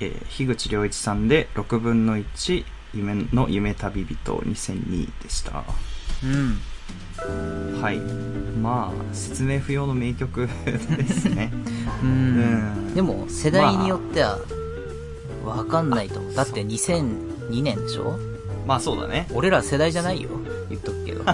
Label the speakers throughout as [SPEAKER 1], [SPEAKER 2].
[SPEAKER 1] えー樋口良一さんで6分の1夢の夢旅人2002でした。
[SPEAKER 2] うん
[SPEAKER 1] はい。まあ、説明不要の名曲 ですね。
[SPEAKER 2] うん
[SPEAKER 1] うん
[SPEAKER 2] でも世代によってはわかんないと思う、だって2002年でしょ
[SPEAKER 1] まあそうだね。
[SPEAKER 2] 俺ら世代じゃないよ言っとくけど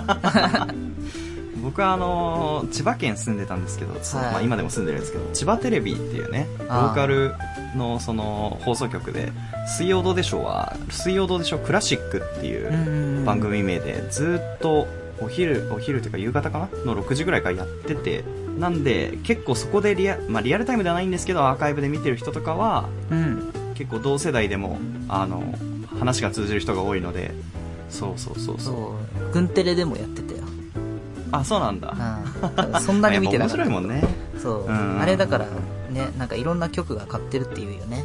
[SPEAKER 1] 僕はあのー千葉県住んでたんですけど、そう
[SPEAKER 2] はい
[SPEAKER 1] まあ、今でも住んでるんですけど千葉テレビっていうねロ
[SPEAKER 2] あー
[SPEAKER 1] ーカルのその放送局で「水曜どうでしょう」は「水曜どうでしょうクラシック」っていう 番組名でずっとお昼お昼というか夕方かなの6時ぐらいからやっててなんで結構そこでリア,、まあ、リアルタイムではないんですけどアーカイブで見てる人とかは
[SPEAKER 2] うん
[SPEAKER 1] 結構同世代でもあの話が通じる人が多いのでそうそうそうそう
[SPEAKER 2] そう軍テレでもやってたよ、
[SPEAKER 1] あそうなんだ、
[SPEAKER 2] うん、だ からそんなに見てなかっ
[SPEAKER 1] や
[SPEAKER 2] た
[SPEAKER 1] っぱ面白いもんね
[SPEAKER 2] そう、
[SPEAKER 1] うん
[SPEAKER 2] あれだからねなんかいろんな曲が買ってるっていうよね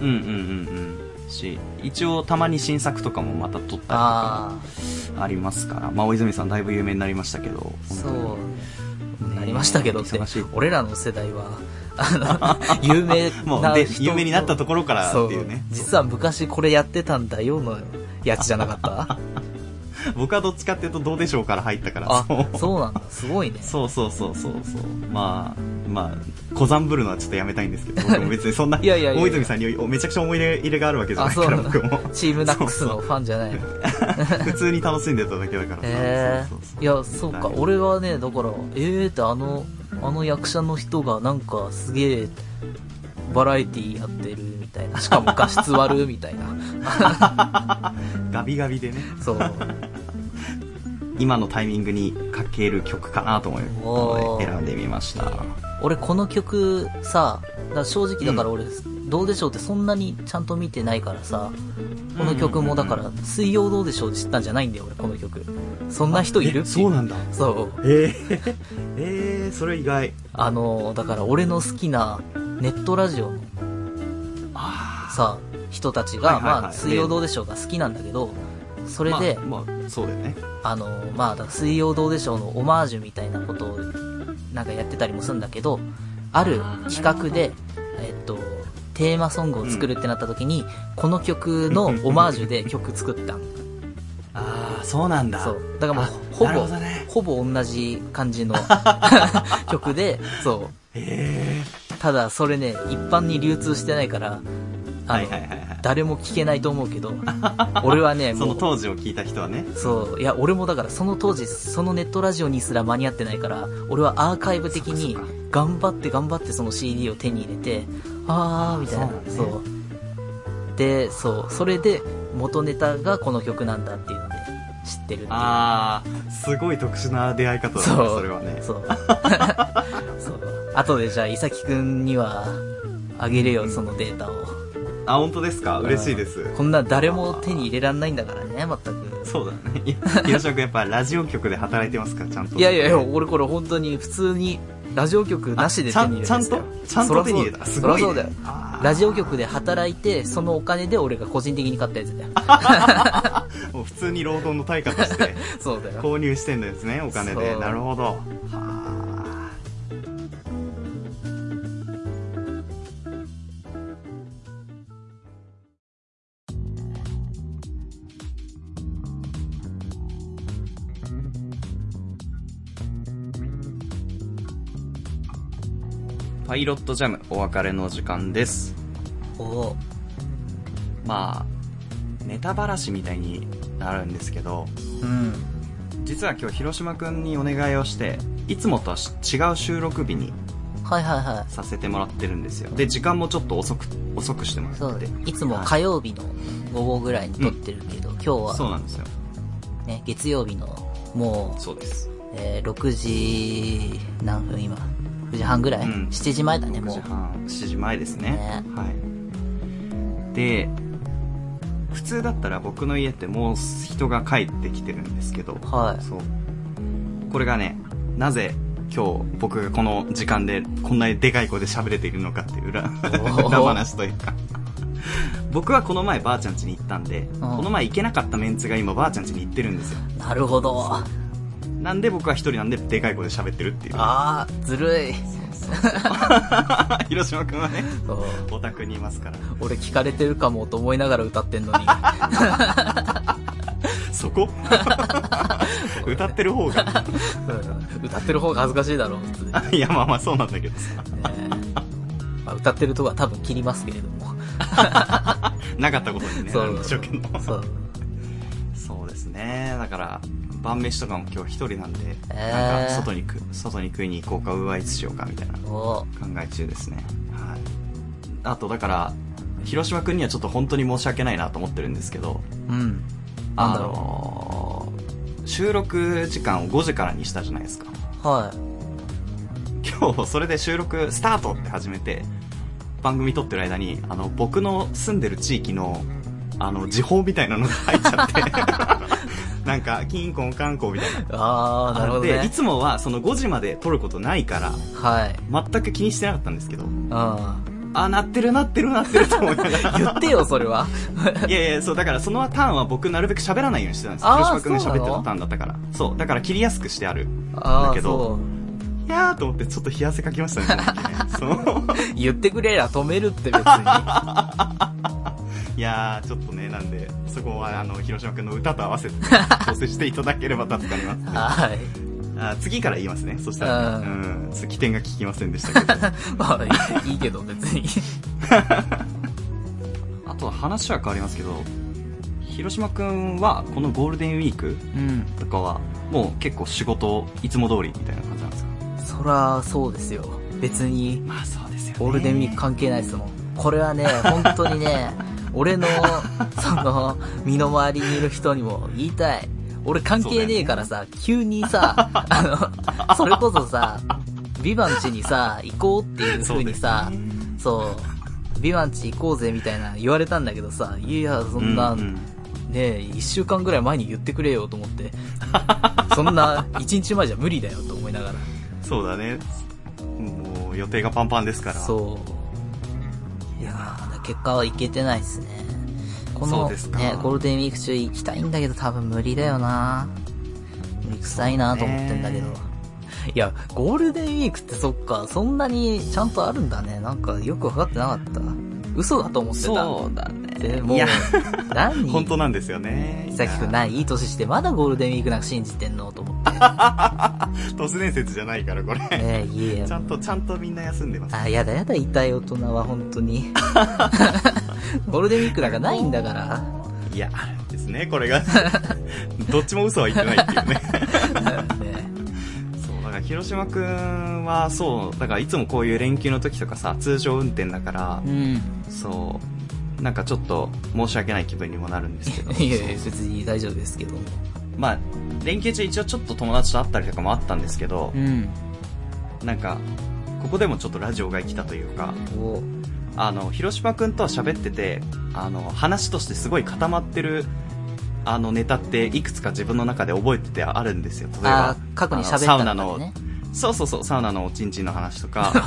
[SPEAKER 1] うんうんうんうんし一応たまに新作とかもまた撮ったりとか
[SPEAKER 2] あ
[SPEAKER 1] もありますからまあ大泉さんだいぶ有名になりましたけど
[SPEAKER 2] あそ
[SPEAKER 1] 本当
[SPEAKER 2] う
[SPEAKER 1] にね
[SPEAKER 2] なりましたけどって
[SPEAKER 1] 忙しい
[SPEAKER 2] 俺らの世代はあの 有名
[SPEAKER 1] もう
[SPEAKER 2] な
[SPEAKER 1] で
[SPEAKER 2] 人
[SPEAKER 1] 有名になったところからっていうね
[SPEAKER 2] そ実は昔これやってたんだよのやつじゃなかった
[SPEAKER 1] 僕はどっちかっていうと「どうでしょう」から入ったから
[SPEAKER 2] あ
[SPEAKER 1] そう
[SPEAKER 2] そうなんだすごいね
[SPEAKER 1] そうそうそうそうそうまあまあ小山ぶるのはちょっとやめたいんですけど僕も 別にそんな
[SPEAKER 2] いやいやいやいや
[SPEAKER 1] 大泉さんにめちゃくちゃ思い入れがあるわけじゃ
[SPEAKER 2] あ
[SPEAKER 1] ない
[SPEAKER 2] そう
[SPEAKER 1] か
[SPEAKER 2] な
[SPEAKER 1] ら
[SPEAKER 2] んだ
[SPEAKER 1] 僕も
[SPEAKER 2] チームナックスのファンじゃないの
[SPEAKER 1] 普通に楽しんでただけだから
[SPEAKER 2] へ
[SPEAKER 1] そうそうそう
[SPEAKER 2] えいやそうか俺はねだからええってあのあの役者の人がなんかすげえバラエティやってるみたいなしかも画質割るみたいな
[SPEAKER 1] ガビガビでね
[SPEAKER 2] そう
[SPEAKER 1] 今のタイミングにかける曲かなと思い
[SPEAKER 2] おー
[SPEAKER 1] 選んでみました
[SPEAKER 2] 俺この曲さだから正直だから俺、どうでしょうってそんなにちゃんと見てないからさこの曲もだか
[SPEAKER 1] うん
[SPEAKER 2] ら「水曜どうでしょう」で知ったんじゃないんだよ俺この曲そんな人いる
[SPEAKER 1] えそうなんんだ
[SPEAKER 2] そう
[SPEAKER 1] えー、えー、それ意外
[SPEAKER 2] あのだから俺の好きなネットラジオの
[SPEAKER 1] あ
[SPEAKER 2] さ人たち
[SPEAKER 1] はいは
[SPEAKER 2] が「
[SPEAKER 1] いはい
[SPEAKER 2] まあ水曜どうでしょう」が好きなんだけどそ
[SPEAKER 1] こ
[SPEAKER 2] れで、
[SPEAKER 1] まあ、まあ、そうだよね
[SPEAKER 2] あのまあ、だから水曜どうでしょうのオマージュみたいなことをなんかやってたりもするんだけど、ある企画で、えっと、テーマソングを作るってなった時に、この曲のオマージュで曲作 ったん
[SPEAKER 1] ああそうなんだ
[SPEAKER 2] そう。だからもう
[SPEAKER 1] あ、
[SPEAKER 2] ほ
[SPEAKER 1] なる
[SPEAKER 2] ぼ
[SPEAKER 1] ほどね
[SPEAKER 2] ほぼ同じ 感じの 曲で、そ
[SPEAKER 1] えー
[SPEAKER 2] う。ただ、それね、一般に流通してないから、あ
[SPEAKER 1] は
[SPEAKER 2] の、
[SPEAKER 1] いはいはいはい
[SPEAKER 2] 誰も聞けないと思う けど、俺はね、
[SPEAKER 1] そ
[SPEAKER 2] も
[SPEAKER 1] の
[SPEAKER 2] う、
[SPEAKER 1] 当時を聞いた人はね
[SPEAKER 2] そう。いや、俺もだから、その当時、そのネットラジオにすら間に合ってないから、俺はアーカイブ的に
[SPEAKER 1] そっかそっ、
[SPEAKER 2] 頑張って頑張ってその CD を手に入れて、あー、みたいな。
[SPEAKER 1] そ
[SPEAKER 2] そうう,、で、そう。それで、元ネタがこの曲なんだっていうので、知ってるっていう。
[SPEAKER 1] ああすごい特殊な出会い方だね
[SPEAKER 2] そ
[SPEAKER 1] そうれはね
[SPEAKER 2] そう。 そう。あとで、じゃあ、いさきくんには、あげるよ、そのデータを。
[SPEAKER 1] あ本当ですか嬉しいです
[SPEAKER 2] こんな誰も手に入れらんないんだからね、まったく。
[SPEAKER 1] そうだねいや広島君やっぱラジオ局で働いてますからちゃんと
[SPEAKER 2] いやいやいや、俺これ本当に普通にラジオ局なしで手に入れ
[SPEAKER 1] ちゃ
[SPEAKER 2] た
[SPEAKER 1] ん
[SPEAKER 2] ん
[SPEAKER 1] ちゃんと
[SPEAKER 2] ですよ
[SPEAKER 1] ちゃんと手に入れたす
[SPEAKER 2] そ
[SPEAKER 1] ご
[SPEAKER 2] ら
[SPEAKER 1] い、ね、
[SPEAKER 2] そうだよ。
[SPEAKER 1] あー
[SPEAKER 2] ラジオ局で働いて、そのお金で俺が個人的に買ったやつだよ。
[SPEAKER 1] もう普通に労働の対価として
[SPEAKER 2] そうだよ。
[SPEAKER 1] 購入してんですねお金で
[SPEAKER 2] そう
[SPEAKER 1] なるほどはーパイロットジャムお別れの時間です
[SPEAKER 2] おう
[SPEAKER 1] まあネタばらしみたいになるんですけど
[SPEAKER 2] うん。
[SPEAKER 1] 実は今日広島くんにお願いをしていつもとはし違う収録日に
[SPEAKER 2] はいはいは
[SPEAKER 1] させてもらってるんですよで時間もちょっと遅く遅くしてもら
[SPEAKER 2] い。そう
[SPEAKER 1] って
[SPEAKER 2] だ
[SPEAKER 1] て
[SPEAKER 2] よ。いつも火曜日の午後ぐらいに撮ってるけど、今日
[SPEAKER 1] そうな
[SPEAKER 2] は
[SPEAKER 1] んですよ
[SPEAKER 2] ね、月曜日のも
[SPEAKER 1] そうです
[SPEAKER 2] う、えー6時何分今 ?9 時半ぐらい、
[SPEAKER 1] うん
[SPEAKER 2] ?7 時前だね、
[SPEAKER 1] 6
[SPEAKER 2] も
[SPEAKER 1] 時半7時前ですね
[SPEAKER 2] ね
[SPEAKER 1] はいで普通だったら僕の家ってもう人が帰ってきてるんですけど
[SPEAKER 2] う。はい。
[SPEAKER 1] そうこれがねなぜ今日僕がこの時間でこんなにでかい声で喋れているのかっていう裏
[SPEAKER 2] ー
[SPEAKER 1] 裏話というか僕はこの前ばあちゃん家に行ったんで、この前行けなかったメンツが今ばあちゃん家に行ってるんですよ
[SPEAKER 2] なるほど。あ
[SPEAKER 1] なんで僕は一人なんででかい声で喋ってるっていう
[SPEAKER 2] あー、ずるい。
[SPEAKER 1] そう 広島君はね
[SPEAKER 2] そう
[SPEAKER 1] オタクにいますから
[SPEAKER 2] 俺聞かれてるかもと思いながら歌ってんのに
[SPEAKER 1] そ こ歌ってる方が
[SPEAKER 2] うん歌ってる方が恥ずかしいだろう普通に、ね
[SPEAKER 1] いやまあまあそうなんだけどさ
[SPEAKER 2] まあ、歌ってるとこは多分切りますけれども
[SPEAKER 1] なかったことにね
[SPEAKER 2] そう
[SPEAKER 1] なるんでしょうけど
[SPEAKER 2] そう
[SPEAKER 1] そうですねだから晩飯とかも今日一人なんで、
[SPEAKER 2] えー
[SPEAKER 1] なんか外にく外に食いに行こうか上いつしようかみたいな考
[SPEAKER 2] おー
[SPEAKER 1] え中ですねはいあとだから広島君にはちょっと本当に申し訳ないなと思ってるんですけど
[SPEAKER 2] うんなん
[SPEAKER 1] あ
[SPEAKER 2] だろ
[SPEAKER 1] のー収録時間を5時からにしたじゃないですか
[SPEAKER 2] うはい
[SPEAKER 1] 今日それで収録スタートって始めて番組撮ってる間にあの僕の住んでる地域のあの時報みたいなのが入っちゃ ってなんかキンコンカンコンみたいな
[SPEAKER 2] ああなるほど
[SPEAKER 1] でい
[SPEAKER 2] ね
[SPEAKER 1] つもはその5時まで撮ることないから
[SPEAKER 2] はい
[SPEAKER 1] 全く気にしてなかったんですけど
[SPEAKER 2] うん
[SPEAKER 1] あなってるなってるなってると思いなが ら
[SPEAKER 2] 言ってよそれ は
[SPEAKER 1] いやいやそうだからそのターンは僕なるべく喋らないようにしてたんです
[SPEAKER 2] あー
[SPEAKER 1] 広島君が喋って
[SPEAKER 2] そうな
[SPEAKER 1] た
[SPEAKER 2] の
[SPEAKER 1] ターンだったからそうだから切りやすくしてある
[SPEAKER 2] あ
[SPEAKER 1] だ
[SPEAKER 2] あ
[SPEAKER 1] けど
[SPEAKER 2] そう
[SPEAKER 1] いやーと思ってちょっと冷や汗かきましたねその時ねそう
[SPEAKER 2] 言ってくれりゃ止めるって 別に
[SPEAKER 1] いやー、ちょっとね、なんで、そこは、あの、広島君の歌と合わせて、調整していただければ助かります、ね。
[SPEAKER 2] はい
[SPEAKER 1] あ次から言いますね。そしたら、ね、うん、ちょっと起点が聞きませんでしたけど。
[SPEAKER 2] まあいいいいけど別に
[SPEAKER 1] あと、話は変わりますけど、広島君は、このゴールデンウィーク
[SPEAKER 2] うん
[SPEAKER 1] とかは、もう結構仕事、いつも通りみたいな感じなんですか
[SPEAKER 2] そらそうですよ別に
[SPEAKER 1] まあ、そうですよね。
[SPEAKER 2] ゴールデンウィーク関係ないですもん。これは ね、本当にね、俺の、その、身の回りにいる人にも言いたい。俺関係ねえからさ、急にさ、あの、それこそさ、ビバンチにさ、行こうっていう風にさ、そう、ビバンチ行こうぜみたいな言われたんだけどさ、いや、そんな、
[SPEAKER 1] ううん
[SPEAKER 2] ねえ、一週間ぐらい前に言ってくれよと思って、そんな、一日前じゃ無理だよと思いなが。
[SPEAKER 1] そうだね。もう、予定がパンパンですからら。
[SPEAKER 2] そう。いやー、結果は行けてないですね。こ
[SPEAKER 1] そ
[SPEAKER 2] の、
[SPEAKER 1] うですか
[SPEAKER 2] ね、ゴールデンウィーク中行きたいんだけど多分無理だよな無理くさいなと思ってんだけど。
[SPEAKER 1] そうね
[SPEAKER 2] いや、ゴールデンウィークってそっか、そんなにちゃんとあるんだね。なんかよくわかってなかった。嘘だと思ってた。
[SPEAKER 1] そうだね
[SPEAKER 2] でも
[SPEAKER 1] いや、
[SPEAKER 2] 何
[SPEAKER 1] 本当なんですよね。
[SPEAKER 2] さっきくん
[SPEAKER 1] いや
[SPEAKER 2] ないい年してまだゴールデンウィークなんか信じてんのと思って。
[SPEAKER 1] 都市伝説じゃないから、これ。
[SPEAKER 2] ねえ、いえよ
[SPEAKER 1] ちゃんと、ちゃんとみんな休んでます。
[SPEAKER 2] あ、やだやだ、痛い大人は本 当に。ゴールデンウィークなんかないんだから。
[SPEAKER 1] いや、あるんですね、これが。 どっちも嘘は言ってないっていうね。
[SPEAKER 2] ね
[SPEAKER 1] そう、だから広島くんは、そう、だからいつもこういう連休の時とかさ、通常運転だから
[SPEAKER 2] う、ん。
[SPEAKER 1] そう、なんかちょっと申し訳ない気分にもなるんですけど。
[SPEAKER 2] いやいや、別に大丈夫ですけども。
[SPEAKER 1] まあ、連休中一応ちょっと友達と会ったりとかもあったんですけど
[SPEAKER 2] う、ん。
[SPEAKER 1] なんか、ここでもちょっとラジオが来たというか、
[SPEAKER 2] お
[SPEAKER 1] あの、広島くんとは喋ってて、あの、話としてすごい固まってる、あの、ネタって、いくつか自分の中で覚えててあるんですよ。例えば
[SPEAKER 2] あ、過去に喋
[SPEAKER 1] あ
[SPEAKER 2] った
[SPEAKER 1] のサウナ
[SPEAKER 2] 中
[SPEAKER 1] の
[SPEAKER 2] でね、
[SPEAKER 1] そうそうそう、サウナのおちんちんの話とか、
[SPEAKER 2] あ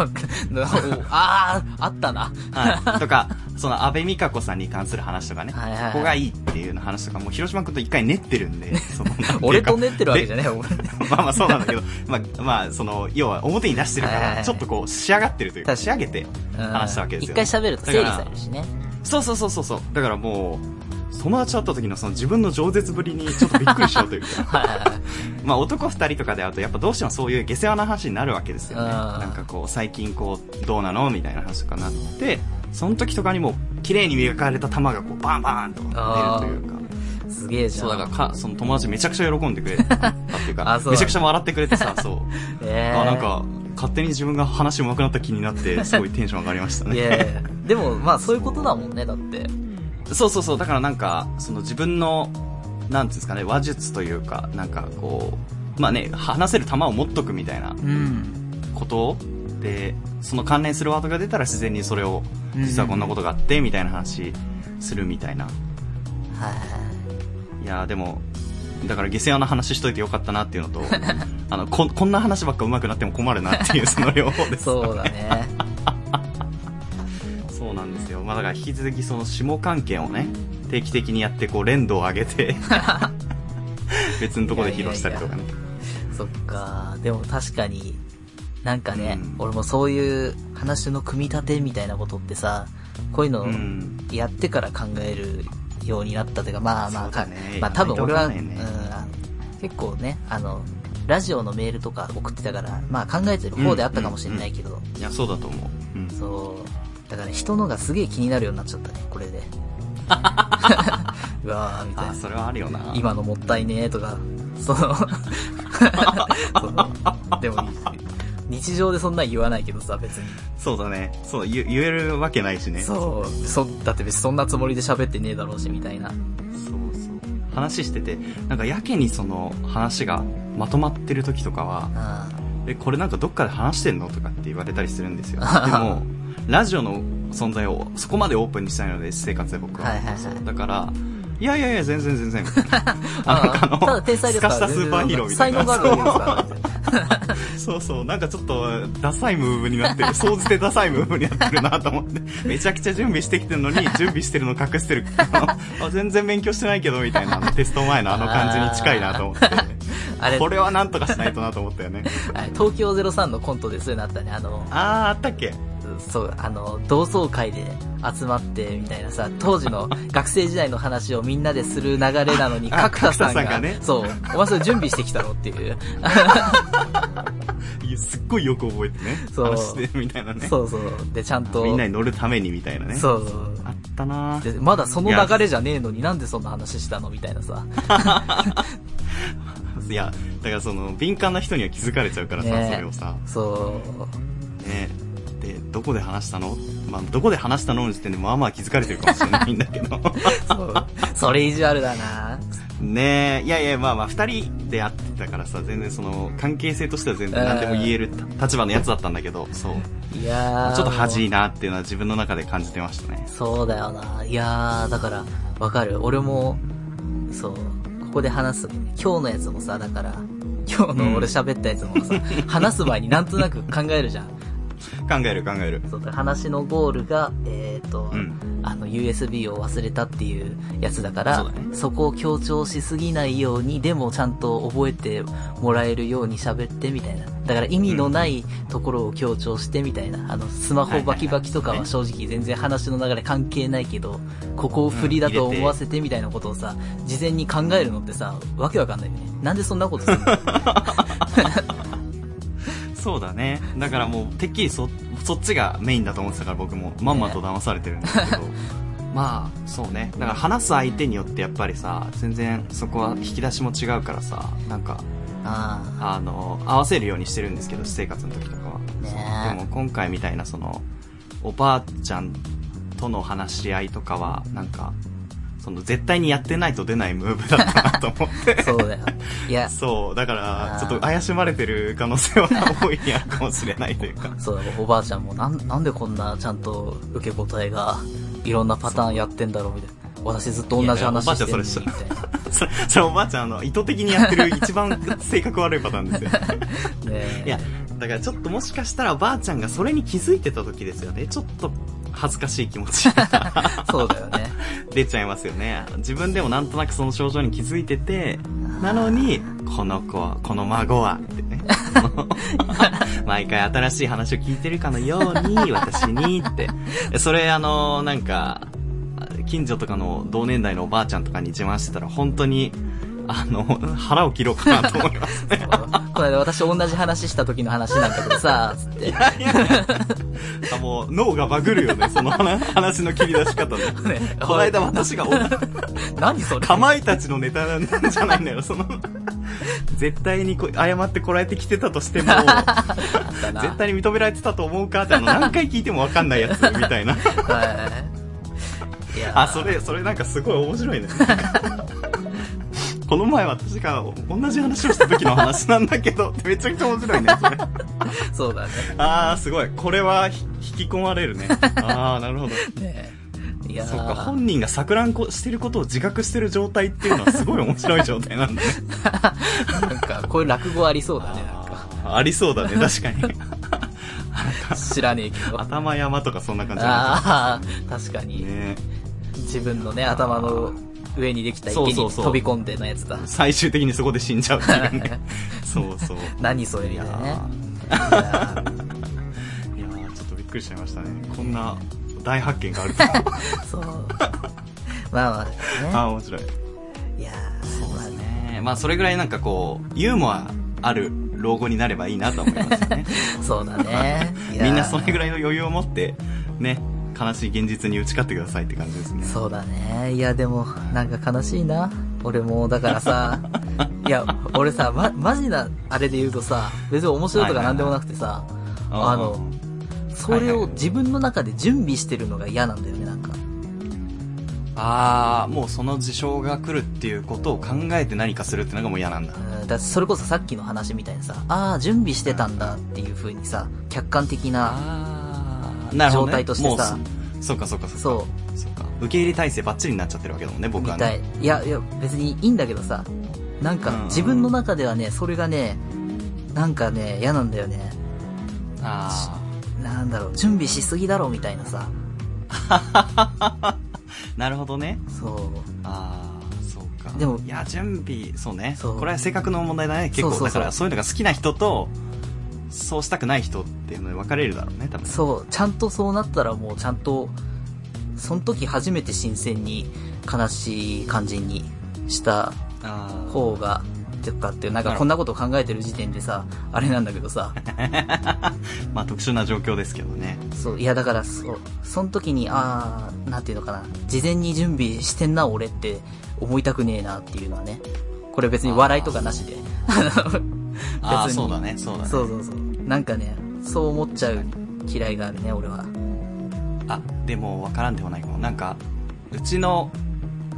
[SPEAKER 2] あ、あったな。
[SPEAKER 1] はい、とか、その、安倍美香子さんに関する話とかね、
[SPEAKER 2] はいはいはい
[SPEAKER 1] ここがいいっていうの話とかも、広島くんと一回練ってるんで、その、なんていうか
[SPEAKER 2] 俺と練ってるわけじゃ
[SPEAKER 1] で
[SPEAKER 2] ねえ、俺。
[SPEAKER 1] まあまあそうなんだけど、まあ、まあ、その、要は表に出してるか
[SPEAKER 2] はいはいは
[SPEAKER 1] ら、
[SPEAKER 2] い
[SPEAKER 1] ちょっとこう、仕上がってるというか、
[SPEAKER 2] 確
[SPEAKER 1] 仕
[SPEAKER 2] か
[SPEAKER 1] 上げて 話したわけですよ、
[SPEAKER 2] うん一回喋ると整理されるしね。
[SPEAKER 1] そうそうそうそうそう。だからもう、友達と会った時のその自分の饒舌ぶりにちょっとびっくりしちゃうというか。
[SPEAKER 2] はいはいはい
[SPEAKER 1] まあ男二人とかで会うとやっぱどうしてもそういう下世話な話になるわけですよね。
[SPEAKER 2] うん
[SPEAKER 1] なんかこう最近こうどうなのみたいな話とかなって、その時とかにも綺麗に磨かれた玉がこうバンバーンと出るというか。
[SPEAKER 2] すげえじゃ
[SPEAKER 1] そ
[SPEAKER 2] ん。
[SPEAKER 1] うだからか、その友達めちゃくちゃ喜んでくれたっていう
[SPEAKER 2] あ
[SPEAKER 1] か、
[SPEAKER 2] そう
[SPEAKER 1] めちゃくちゃ笑ってくれて さ、そう。
[SPEAKER 2] えー
[SPEAKER 1] あなんか勝手に自分が話上手くなった気になってすごいテンション上がりましたね。
[SPEAKER 2] いやいやでも、まあそういうことだもんね、だって。
[SPEAKER 1] そうそうそう、だからなんか、その自分の、なんていうんですかね、話術というか、なんかこう、まあね、話せる玉を持っとくみたいな
[SPEAKER 2] うん。
[SPEAKER 1] ことで、その関連するワードが出たら自然にそれを、
[SPEAKER 2] うん
[SPEAKER 1] 実はこんなことがあって、みたいな話するみたいな。
[SPEAKER 2] はいはいはい。
[SPEAKER 1] いやーでも、だから下世話な話しといてよかったなっていうの と、あの、こ、こんな話ばっか上手くなっても困るなっていう、その両方です。
[SPEAKER 2] そうだね。
[SPEAKER 1] そうなんですよ。まあだから引き続きその下関係をね、定期的にやってこう連動を上げ て、別のところで披露したりとかね。
[SPEAKER 2] そっか。でも確かに、なんかね、
[SPEAKER 1] うん
[SPEAKER 2] 俺もそういう話の組み立てみたいなことってさ、こういうの
[SPEAKER 1] うん
[SPEAKER 2] やってから考えるようになったというか、まあま
[SPEAKER 1] そ
[SPEAKER 2] あ、
[SPEAKER 1] うだね
[SPEAKER 2] まあ多分俺は、
[SPEAKER 1] やんないとわかんないね
[SPEAKER 2] うんあ結構ね、あの、ラジオのメールとか送ってたから、まあ考えてる方であったかもしれないけど、
[SPEAKER 1] いやそうだと思う、うん、
[SPEAKER 2] そう、だから、ね、人のがすげえ気になるようになっちゃったね、これで。うわーみたい
[SPEAKER 1] あ
[SPEAKER 2] な。
[SPEAKER 1] それはあるよな
[SPEAKER 2] 今のもったいねーとか、そのその、でも、日常でそんなん言わないけどさ、別に。
[SPEAKER 1] そうだねそう言言えるわけないしねそう
[SPEAKER 2] そう。そ、だって別にそんなつもりで喋ってねえだろうし、みたいな。
[SPEAKER 1] そう話しててなんかやけにその話がまとまってる時とかは
[SPEAKER 2] う
[SPEAKER 1] 「えこれなんかどっかで話してんの?」とかって言われたりするん ですよでもラジオの存在をそこまでオープンにしたいので生活で僕は,、
[SPEAKER 2] はいはいはい
[SPEAKER 1] そうだからいやいやいや全然全然
[SPEAKER 2] あ
[SPEAKER 1] なんかあの
[SPEAKER 2] ただ天才ですから
[SPEAKER 1] すかしたスーパーヒーローみたいな
[SPEAKER 2] 才能があるわけですから。
[SPEAKER 1] そうそう、なんかちょっと、ダサいムーブになってる。総じてダサいムーブになってるなと思 って。めちゃくちゃ準備してきてるのに、準備してるの隠してる。あのあ全然勉強してないけど、みたいな。あのテスト前のあの感じに近いなと思って。
[SPEAKER 2] あれ
[SPEAKER 1] こ、れはなんとかしないとなと思ったよね。
[SPEAKER 2] あれ東京03のコントでそういうのあったね。あの、
[SPEAKER 1] あー、あったっけ
[SPEAKER 2] そう、あの、同窓会で集まって、みたいなさ、当 時の学生時代の話をみんなでする流れなのに、
[SPEAKER 1] あ
[SPEAKER 2] 角田さ
[SPEAKER 1] 角田
[SPEAKER 2] んが、
[SPEAKER 1] さんがね
[SPEAKER 2] そう、お前それ準備してきたろっていう。
[SPEAKER 1] いやすっごいよく覚えてね。
[SPEAKER 2] そう
[SPEAKER 1] 話してるみたいなね。
[SPEAKER 2] そうそう。で、ちゃんと。
[SPEAKER 1] みんなに乗るためにみたいなね。
[SPEAKER 2] そうそう。
[SPEAKER 1] あったな
[SPEAKER 2] で、まだその流れじゃねえのになんでそんな話したのみたいなさ。
[SPEAKER 1] いや、だからその、敏感な人には気づかれちゃうからさ、
[SPEAKER 2] ねえ
[SPEAKER 1] それをさ。
[SPEAKER 2] そう。
[SPEAKER 1] ねで、どこで話したのまあ、どこで話したのの時点で、まあまあ気づかれてるかもしれないんだけ ど。
[SPEAKER 2] そう。それ意地悪だな
[SPEAKER 1] ねえ、いやいや、まあまあ、二人で会ってたからさ、全然その、関係性としては全然何でも言えるた立場のやつだったんだけど、そう。
[SPEAKER 2] いやー。
[SPEAKER 1] ちょっと恥いなっていうのは自分の中で感じてましたね。
[SPEAKER 2] そうだよな。いやー、だから、わかる。俺も、そう、ここで話す。今日のやつもさ、だから、今日の俺喋ったやつもさ、話す前になんとなく考えるじゃん。
[SPEAKER 1] 考える考える。
[SPEAKER 2] そうだから話のゴールが、えっ、ー、と、
[SPEAKER 1] うん
[SPEAKER 2] あの、USB を忘れたっていうやつだから、
[SPEAKER 1] そ
[SPEAKER 2] そう
[SPEAKER 1] だね
[SPEAKER 2] こを強調しすぎないように、でもちゃんと覚えてもらえるように喋ってみたいな。だから意味のないところを強調してみたいな。あの、スマホバキバキとかは正直全然話の流れ関係ないけど、ここを振りだと思わせてみたいなことをさ、事前に考えるのってさ、わけわかんないよね。なんでそんなことする の
[SPEAKER 1] そうだね。だからもう、てっきりそ、そっちがメインだと思ってたから僕も、まんまと騙されてるんですけど。 まあ、そうね。だから話す相手によってやっぱりさ、全然そこは引き出しも違うからさ、なんか、
[SPEAKER 2] あ
[SPEAKER 1] あの、合わせるようにしてるんですけど、私生活の時とかは。
[SPEAKER 2] あ、
[SPEAKER 1] で
[SPEAKER 2] ね
[SPEAKER 1] も今回みたいなそのおばあちゃんとの話し合いとかはなんかその絶対にやってないと出ないムーブだったなと思って
[SPEAKER 2] え。そうだよ。いや、
[SPEAKER 1] そうだか
[SPEAKER 2] あ
[SPEAKER 1] ら
[SPEAKER 2] ー
[SPEAKER 1] ちょっと怪しまれてる可能性は大いにあるかもしれないという か
[SPEAKER 2] そうだ、おばあちゃんもなん、なんでこんなちゃんと受け答えが、いろんなパターンやってんだろうみたいな。私ずっと同じ話してるのに、みたい
[SPEAKER 1] それそれおばあちゃんあの意図的にやってる一番性格悪いパターンですよ
[SPEAKER 2] な。ねえ
[SPEAKER 1] いやだからちょっともしかしたらおばあちゃんがそれに気づいてた時ですよねちょっと恥ずかしい気持ちが
[SPEAKER 2] そうだよね。
[SPEAKER 1] 出ちゃいますよね自分でもなんとなくその症状に気づいててなのに、この子は、この孫は、ってね。 毎回新しい話を聞いてるかのように、私に、って。それ、あの、なんか、近所とかの同年代のおばあちゃんとかに自慢してたら、本当に、あの、腹を切ろうかなと思いますね。
[SPEAKER 2] この間私同じ話した時の話なんだけどさ、つって。
[SPEAKER 1] あもう、脳がバグるよね、その話話の切り出し方で。この間私が同じ
[SPEAKER 2] 何それ
[SPEAKER 1] かまいたちのネタなんじゃないんだよ、その。絶対にこ謝ってこられてきてたとして も、
[SPEAKER 2] ったな。
[SPEAKER 1] 絶対に認められてたと思うかってあの何回聞いても分かんないやつみ たいな
[SPEAKER 2] はい。いや、
[SPEAKER 1] あそれそれなんかすごい面白いねこの前私が同じ話をした時の話なんだけどめちゃくちゃ面白いねそれ
[SPEAKER 2] そうだね。
[SPEAKER 1] ああすごいこれはひ引き込まれるねああなるほど
[SPEAKER 2] ねえいやー
[SPEAKER 1] そっか本人が錯乱こしてることを自覚してる状態っていうのはすごい面白い状態なんだね
[SPEAKER 2] なんか、こういう落語ありそうだね、なんか。
[SPEAKER 1] あーありそうだね確かに
[SPEAKER 2] 知らねえけど。あ
[SPEAKER 1] 頭山とかそんな感じなんだ
[SPEAKER 2] あー、確かに。
[SPEAKER 1] ね
[SPEAKER 2] 自分のね、頭の上にできた池に
[SPEAKER 1] そうそうそう
[SPEAKER 2] 飛び込んでのやつだ。
[SPEAKER 1] 最終的にそこで死んじゃうっていうねそうそう
[SPEAKER 2] 何それみたいなね。
[SPEAKER 1] ーいやーちょっとびっくりしちゃいましたねこんな大発見があるとは
[SPEAKER 2] そう。まあまあ、
[SPEAKER 1] あー面白い
[SPEAKER 2] ね。いやーまあね
[SPEAKER 1] ねまあそれぐらいなんかこうユーモアある老後になればいいなと思いますよね。
[SPEAKER 2] そうだね
[SPEAKER 1] みんなそれぐ
[SPEAKER 2] い
[SPEAKER 1] らいの余裕を持ってね悲しい現実に打ち勝ってくださいって感じですね
[SPEAKER 2] やー。そうだね。いや、でも、なんか悲しいな。俺も、だから さ、いや、俺さ、ま、マジな、あれで言うとさ、別に面白いとかなんでもなくてさ、あの、それを自分の中で準備してるのが嫌なんだよね、なんか。
[SPEAKER 1] ああもうその事象が来るっていうことを考えて何かするってのがもう嫌なんだ
[SPEAKER 2] うんだそれこそさっきの話みたいにさ、ああ、準備してたんだっていう風にさ、客観的な、
[SPEAKER 1] あなるほど、ね、
[SPEAKER 2] 状態としてさ
[SPEAKER 1] もうそそうかそうかそうか
[SPEAKER 2] そう、
[SPEAKER 1] そうか受け入れ体制バッチリになっちゃってるわけだもんね僕
[SPEAKER 2] み
[SPEAKER 1] は
[SPEAKER 2] た
[SPEAKER 1] ね
[SPEAKER 2] い。いや、いや、別にいいんだけどさ、なんか
[SPEAKER 1] うん
[SPEAKER 2] 自分の中ではね、それがね、なんかね、嫌なんだよね。
[SPEAKER 1] あ
[SPEAKER 2] なんだろう、準備しすぎだろみたいなさ、
[SPEAKER 1] あなるほどね
[SPEAKER 2] そう、
[SPEAKER 1] ああそうか
[SPEAKER 2] でも
[SPEAKER 1] いや準備そうね
[SPEAKER 2] そう
[SPEAKER 1] これは性格の問題だね結構
[SPEAKER 2] そうそうそう
[SPEAKER 1] だからそういうのが好きな人とそうしたくない人っていうのに分かれるだろうね多分
[SPEAKER 2] そう、ちゃんとそうなったらもうちゃんと、その時初めて新鮮に、悲しい感じにした
[SPEAKER 1] あー
[SPEAKER 2] 方が、とかっていう、なんかこんなことを考えてる時点でさ、あれなんだけどさ、
[SPEAKER 1] まあ特殊な状況ですけどね
[SPEAKER 2] そう、いやだからそう、その時に、あー、なんていうのかな、事前に準備してんな俺って思いたくねえなっていうのはね、これ別に笑いとかなしで。
[SPEAKER 1] ああ
[SPEAKER 2] 別に
[SPEAKER 1] そうだねそうだね
[SPEAKER 2] そうそうそう。なんかね、そう思っちゃう嫌いがあるね、俺は。
[SPEAKER 1] あでも分からんでもないかもなんかうちの、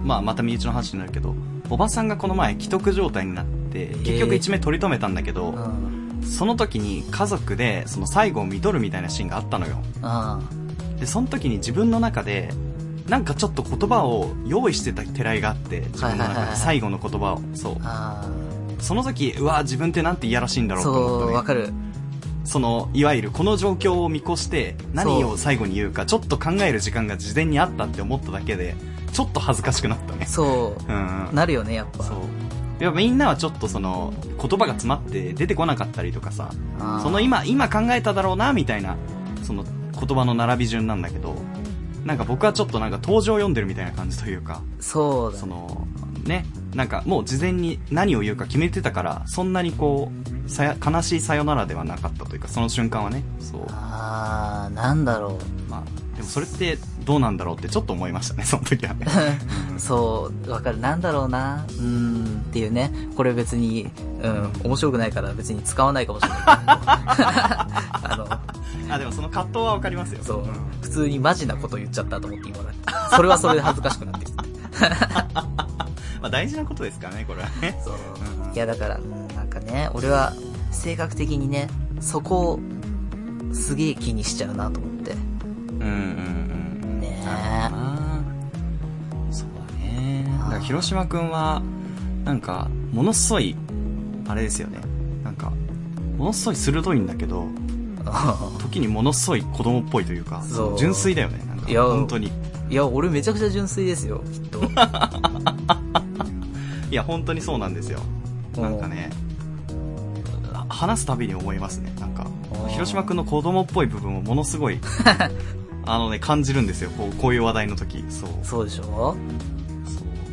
[SPEAKER 1] まあ、また身内の話になるけどおばさんがこの前既得状態になって結局一命取り留めたんだけ
[SPEAKER 2] う
[SPEAKER 1] ど、
[SPEAKER 2] ん。
[SPEAKER 1] その時に家族でその最後を見とるみたいなシーンがあったのよ
[SPEAKER 2] あ
[SPEAKER 1] でその時に自分の中でなんかちょっと言葉を用意してたてらいがあって自分の
[SPEAKER 2] はいはい
[SPEAKER 1] 中
[SPEAKER 2] は
[SPEAKER 1] で
[SPEAKER 2] い
[SPEAKER 1] 最後の言葉をそう
[SPEAKER 2] あ
[SPEAKER 1] その時うわ自分ってなんていやらしいんだ
[SPEAKER 2] ー。
[SPEAKER 1] ろう
[SPEAKER 2] そ
[SPEAKER 1] と思
[SPEAKER 2] う、
[SPEAKER 1] っ
[SPEAKER 2] わ
[SPEAKER 1] て、ね、
[SPEAKER 2] かる。
[SPEAKER 1] そのいわゆるこの状況を見越して何を最後に言うかちょっと考える時間が事前にあったって思っただけでちょっと恥ずかしくなったね
[SPEAKER 2] そ
[SPEAKER 1] うんう
[SPEAKER 2] う、
[SPEAKER 1] ん
[SPEAKER 2] なるよね、やっぱ。
[SPEAKER 1] そうやっぱみんなはちょっとその言葉が詰まって出てこなかったりとかさ
[SPEAKER 2] あー
[SPEAKER 1] その今今考えただろうなみたいなその言葉の並び順なんだけどなんか僕はちょっとなんか登場読んでるみたいな感じというか
[SPEAKER 2] そうだ
[SPEAKER 1] そ
[SPEAKER 2] ね。
[SPEAKER 1] のねなんかもう事前に何を言うか決めてたからそんなにこうさや悲しいさよならではなかったというかその瞬間はねそう
[SPEAKER 2] あー、なんだろ
[SPEAKER 1] まあでもそれってどうなんだろうってちょっと思いましたねその時はね
[SPEAKER 2] う。そう、わかる。なんだろうな。うーん、っていうね。これ別に、うん、面白くないから別に使わないかもしれない。 あ
[SPEAKER 1] あでもその葛藤は分かりますよ、
[SPEAKER 2] の、そうん普通にマジなこと言っちゃったと思って今だそれはそれで恥ずかしくなってきた。
[SPEAKER 1] まあ、大事なことですからねこれはね
[SPEAKER 2] そう
[SPEAKER 1] うん。
[SPEAKER 2] いや、だから、うんなんかね、俺は、性格的にね、そこを、すげえ気にしちゃうなと思って。
[SPEAKER 1] うんうんうん
[SPEAKER 2] ねえ
[SPEAKER 1] なるほどなそうだねだから広島くんはなんかものすごいあれですよねなんかものすごい鋭いんだけど時にものすごい子供っぽいというか
[SPEAKER 2] そう
[SPEAKER 1] 純粋だよねなんか
[SPEAKER 2] いや
[SPEAKER 1] 本当に
[SPEAKER 2] いや、俺めちゃくちゃ純粋ですよ、きっと。
[SPEAKER 1] いや本当にそうなんですよなんかねは話すたびに思いますねなんか
[SPEAKER 2] お
[SPEAKER 1] 広島くんの子供っぽい部分をものす ごいあのね感じるんですよこうこういう話題の時そう
[SPEAKER 2] そうでしょ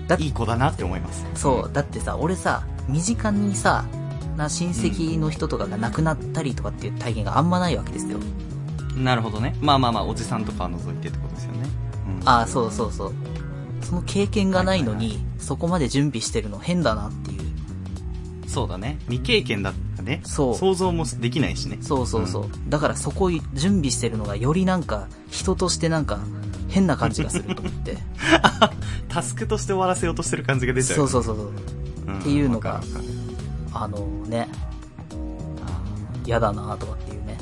[SPEAKER 2] だ
[SPEAKER 1] いい子だなって思います
[SPEAKER 2] そう、だってさ、俺さ、身近にさ、な親戚の人とかが亡くなったりとかっていう体験があんまないわけですよ。
[SPEAKER 1] なるほどねまあまあまあおじさんとかは除いてってことですよね、うん、
[SPEAKER 2] ああ、そうそうそう。その経験がないのに、そこまで準備してるの変だなっていう。
[SPEAKER 1] そうだね未経験だったね
[SPEAKER 2] そう
[SPEAKER 1] 想像もできないしね
[SPEAKER 2] そうそうそう。だからそこ準備してるのがよりなんか、人としてなんか、変な感じがすると思って。
[SPEAKER 1] タスクとして終わらせようとしてる感じ が出ちゃう
[SPEAKER 2] そう
[SPEAKER 1] う、
[SPEAKER 2] そうそうそう。
[SPEAKER 1] ん
[SPEAKER 2] っていうのが
[SPEAKER 1] わかるわかる
[SPEAKER 2] あのね、嫌だなとかっていうね。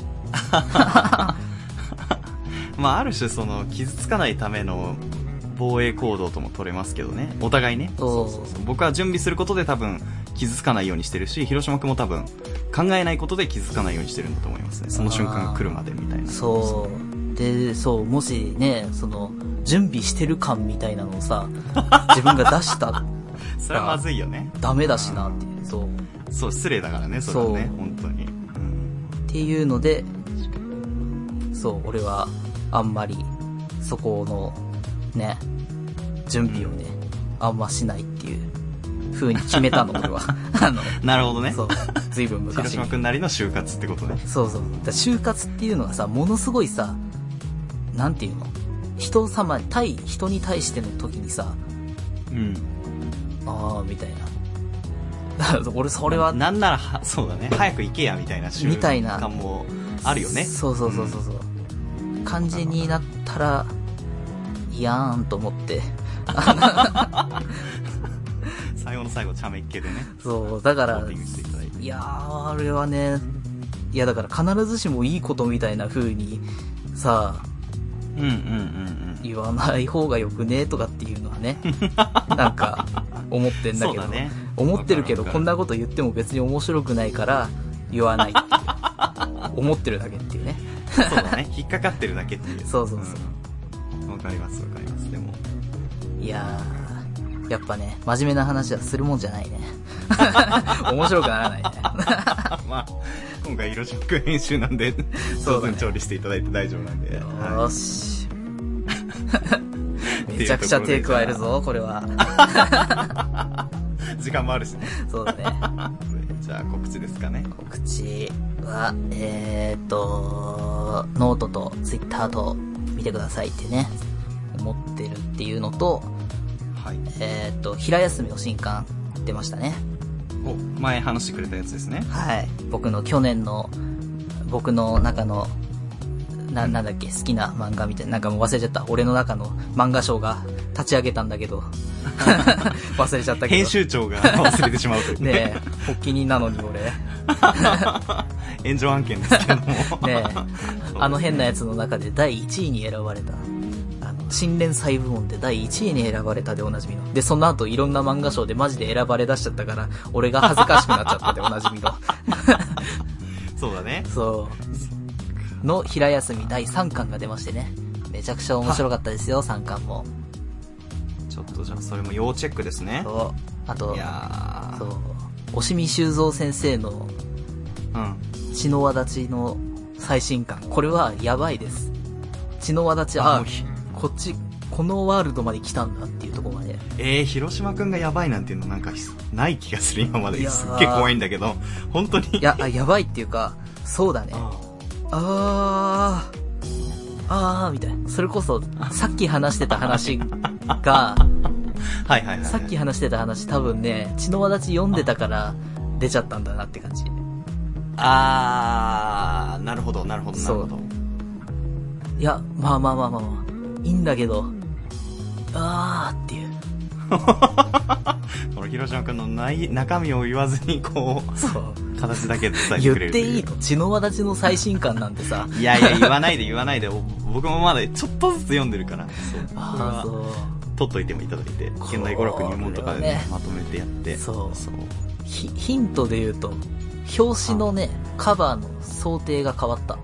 [SPEAKER 1] まあある種その傷つかないための防衛行動とも取れますけどねお互いね
[SPEAKER 2] そう
[SPEAKER 1] 僕は準備することで多分傷つかないようにしてるし広島君も多分考えないことで傷つかないようにしてるんだと思いますねその瞬間が来るまでみたいな
[SPEAKER 2] そう。で、そう、もしね、その、準備してる感みたいなの をさ、自分が出したら
[SPEAKER 1] それはまずいよね
[SPEAKER 2] ダメだしなっていう、そう。っ
[SPEAKER 1] そう失礼だからねそれはね
[SPEAKER 2] そう
[SPEAKER 1] 本当に、うん
[SPEAKER 2] てっていうので、そう、俺はあんまりそこのね、準備をね、あんましないっていう風に決めた の、俺は。あの、
[SPEAKER 1] なるほどね
[SPEAKER 2] そう、ずいぶん
[SPEAKER 1] 広
[SPEAKER 2] 昔
[SPEAKER 1] 島
[SPEAKER 2] に。
[SPEAKER 1] 君なりの就活ってことね
[SPEAKER 2] そうそう。だから就活っていうのはさ、ものすごいさ、なんていうの人様、対、人に対しての時にさ、
[SPEAKER 1] うん
[SPEAKER 2] あー、みたいな。 俺、それは、
[SPEAKER 1] なんならはそうだね早く行けやみたいな習
[SPEAKER 2] みたいな
[SPEAKER 1] 慣もあるよね
[SPEAKER 2] そうそうそうそうそう。感じになったら、いやーんと思って。
[SPEAKER 1] 最後の最後ちゃめっ気でね
[SPEAKER 2] そう、だか
[SPEAKER 1] コー
[SPEAKER 2] ら
[SPEAKER 1] ティン、グしていただいて
[SPEAKER 2] いやー、あれはね、いやだから必ずしもいいことみたいな風に、さ
[SPEAKER 1] うんうんうん
[SPEAKER 2] 言わない方がよくねとかっていうのは ね、なんか、思ってんだ
[SPEAKER 1] そう
[SPEAKER 2] けど
[SPEAKER 1] だ、ね
[SPEAKER 2] 思ってるけど、
[SPEAKER 1] わか
[SPEAKER 2] こ
[SPEAKER 1] る
[SPEAKER 2] ん
[SPEAKER 1] わ
[SPEAKER 2] なこと言っても別に面白くないから、言わないっていう。思ってるだけっていうね。
[SPEAKER 1] かるそうだね引っかかってるだけっていう
[SPEAKER 2] そうそうそ
[SPEAKER 1] うんわ、かりますわかりますでも
[SPEAKER 2] いやー、やっぱね、真面目な話はするもんじゃないね。面白くならないね。
[SPEAKER 1] あまあ今回色色編集なんで、
[SPEAKER 2] そ
[SPEAKER 1] 当
[SPEAKER 2] うだね
[SPEAKER 1] 然調理していただいて大丈夫なんで、
[SPEAKER 2] よ
[SPEAKER 1] は
[SPEAKER 2] ーし。めちゃくちゃ手加えるぞ、これは。
[SPEAKER 1] い、時間もあるしね
[SPEAKER 2] そうだね。
[SPEAKER 1] じゃあ告知ですかね
[SPEAKER 2] 告知は、えーっと、ノートとツイッターと見てくださいってね、思ってるっていうのと、
[SPEAKER 1] はい
[SPEAKER 2] えーっと、平休みの新刊出ましたね。
[SPEAKER 1] お前話してくれたやつですね
[SPEAKER 2] はい。僕の去年の、僕の中の、な、なんだっけ、好きな漫画みたいな、なんかもう忘れちゃった。俺の中の漫画賞が立ち上げたん だけど、忘れちゃったけど。
[SPEAKER 1] 編集長 が忘れてしまうというね
[SPEAKER 2] ねえ、発起人なのに俺。ね
[SPEAKER 1] 炎上案件です けども
[SPEAKER 2] え、 あの変なやつの中で第1位に選ばれた。あの、新連載部門で第1位に選ばれたでおなじみの。で、その後いろんな漫画賞でマジで選ばれ出しちゃったから、俺が恥ずかしくなっちゃったでおなじみの。
[SPEAKER 1] そうだね
[SPEAKER 2] そう。の平休み第3巻が出ましてね。めちゃくちゃ面白かったですよ、3巻も。
[SPEAKER 1] ちょっとじゃあそれも要チェックですね
[SPEAKER 2] そう。あと
[SPEAKER 1] い、やー
[SPEAKER 2] そう。押見修造先生の
[SPEAKER 1] うん
[SPEAKER 2] 血の輪立ちの最新巻。これはやばいです。血の輪立ち、
[SPEAKER 1] あ
[SPEAKER 2] あ
[SPEAKER 1] もうひ、
[SPEAKER 2] こっち、このワールドまで来たんだっていうところまで。
[SPEAKER 1] えー、広島くんがやばいなんていうのなんかひない気がする今ま
[SPEAKER 2] い
[SPEAKER 1] で
[SPEAKER 2] やー
[SPEAKER 1] すっげえ怖いんだけど本当に
[SPEAKER 2] いや、あやばいっていうか、そうだね。あー、あー、みたいな。それこそ、さっき話してた話が、
[SPEAKER 1] はいはいはい
[SPEAKER 2] さっき話してた話多分ね、血の輪立ち読んでたから出ちゃったんだなって感じ。
[SPEAKER 1] あーなるほどなるほどなるほ
[SPEAKER 2] そ
[SPEAKER 1] ど
[SPEAKER 2] いや、まあまあまあまあまあ、いいんだけど、あーっていう。
[SPEAKER 1] この広島くんの内中身を言わずにこ
[SPEAKER 2] そう。
[SPEAKER 1] う形だけ伝えて
[SPEAKER 2] 言っ
[SPEAKER 1] くれる
[SPEAKER 2] て
[SPEAKER 1] う
[SPEAKER 2] いいの血の輪立ちの最新刊なんてさ。
[SPEAKER 1] いやいや言わないで言わないでお僕もまだちょっとずつ読んでるからそうこれ
[SPEAKER 2] ああ、
[SPEAKER 1] は
[SPEAKER 2] そう。
[SPEAKER 1] 取っといてもいただいて
[SPEAKER 2] これ
[SPEAKER 1] 現
[SPEAKER 2] はね
[SPEAKER 1] 代語録入門とかで、ね、まとめてやって
[SPEAKER 2] そうヒヒントで言うと、表紙のね、カバーの想定が変わった。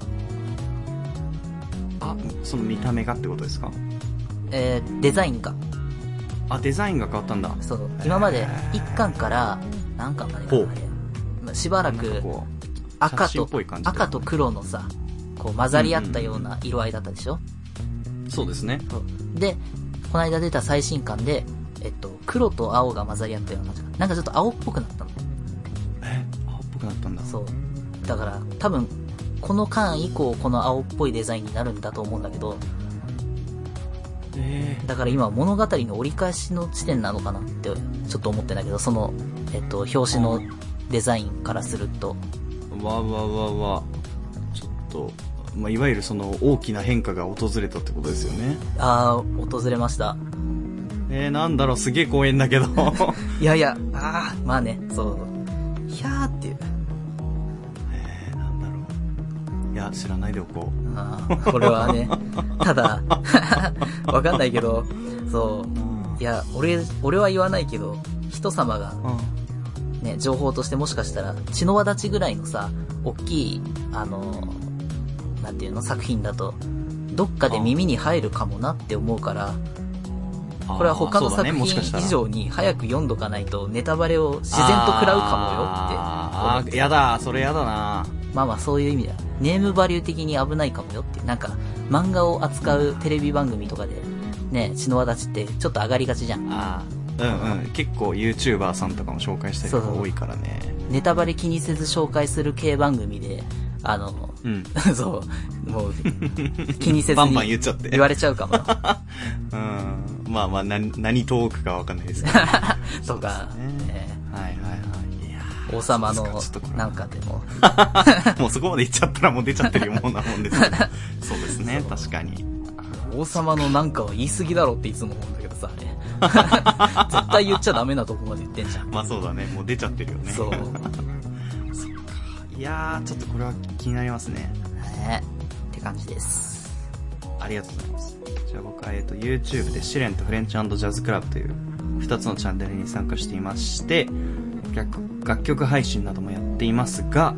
[SPEAKER 1] あその見た目がってことですか
[SPEAKER 2] えー、デザインが。
[SPEAKER 1] あデザインが変わったんだ
[SPEAKER 2] そう。今まで1巻から何巻までかな
[SPEAKER 1] ほう
[SPEAKER 2] あれまあしばら
[SPEAKER 1] なんか
[SPEAKER 2] く
[SPEAKER 1] こう写
[SPEAKER 2] 赤
[SPEAKER 1] 真
[SPEAKER 2] と
[SPEAKER 1] っぽい感じだよね
[SPEAKER 2] 赤と黒のさ、こう混ざり合ったような色合いだったでしょ、
[SPEAKER 1] そうですね
[SPEAKER 2] そうで、この間出た最新刊で、えっと、黒と青が混ざり合ったような感じなんかちょっと青っぽくなったの。
[SPEAKER 1] え青っぽくなったんだ
[SPEAKER 2] そう。だから、多分、この巻以降、この青っぽいデザインになるんだと思うんだけど、
[SPEAKER 1] え
[SPEAKER 2] だから今物語の折り返しの地点なのかなって、ちょっと思ってんだけど、その、えっと、表紙のデザインからすると、
[SPEAKER 1] ー、わわわわちょっと、まあ、いわゆるその大きな変化が訪れたってことですよね
[SPEAKER 2] あー、訪れました。
[SPEAKER 1] えー、なんだろうすげえ光栄んだけど
[SPEAKER 2] いやいや、あー、まあね、そう。ひゃーっていう。
[SPEAKER 1] えー、なんだろういや知らないでおこう
[SPEAKER 2] あーこれ はね、ただ、 わかんないけど、そう。いや、俺、俺は言わないけど、人様が
[SPEAKER 1] うん
[SPEAKER 2] ね、情報としてもしかしたら、血の輪立ちぐらいのさ、大きい、あの、なんていうの、作品だと、どっかで耳に入るかもなって思うから、
[SPEAKER 1] あー
[SPEAKER 2] これは他の
[SPEAKER 1] そうだ
[SPEAKER 2] 作
[SPEAKER 1] ねもしかした
[SPEAKER 2] 品
[SPEAKER 1] ら
[SPEAKER 2] 以上に早く読んどかないとネタバレを自然と食らうかもよ
[SPEAKER 1] あ
[SPEAKER 2] っ
[SPEAKER 1] ー
[SPEAKER 2] て
[SPEAKER 1] あーやだそれやだな
[SPEAKER 2] まあまあそういう意味だネームバリュー的に危ないかもよってなんか漫画を扱うテレビ番組とかでね篠和立ちってちょっと上がりがちじゃん
[SPEAKER 1] あうんうん結構 YouTuber さんとかも紹介したりとか
[SPEAKER 2] そう
[SPEAKER 1] 多いからね
[SPEAKER 2] ネタバレ気にせず紹介する系番組であの
[SPEAKER 1] うん
[SPEAKER 2] そうもう気にせず
[SPEAKER 1] バンバン
[SPEAKER 2] に
[SPEAKER 1] 言っちゃって
[SPEAKER 2] 言われちゃうかもよ
[SPEAKER 1] うんまあまあ何何トークかわかんないですけどはい
[SPEAKER 2] とか
[SPEAKER 1] そう ですね
[SPEAKER 2] ね
[SPEAKER 1] はいはいいやー
[SPEAKER 2] 王様の
[SPEAKER 1] そうですかちょっとこれ
[SPEAKER 2] なんかで も
[SPEAKER 1] もうそこまで行っちゃったらもう出ちゃってるようなもんですけどそうですね確かに
[SPEAKER 2] 王様のなんかは言い過ぎだろっていつも思うんだけどさ、 あれ。絶対言っちゃダメなとこまで言ってんじゃん。
[SPEAKER 1] まあそうだねもう出ちゃってるよね
[SPEAKER 2] そう。
[SPEAKER 1] いやーちょっとこれは気になりますね
[SPEAKER 2] ねって感じです。
[SPEAKER 1] ありがとうございます。じゃあ僕は、えっと、YouTube で試練とフレンチジャズクラブという2つのチャンネルに参加していまして、楽楽曲配信などもやっていますが、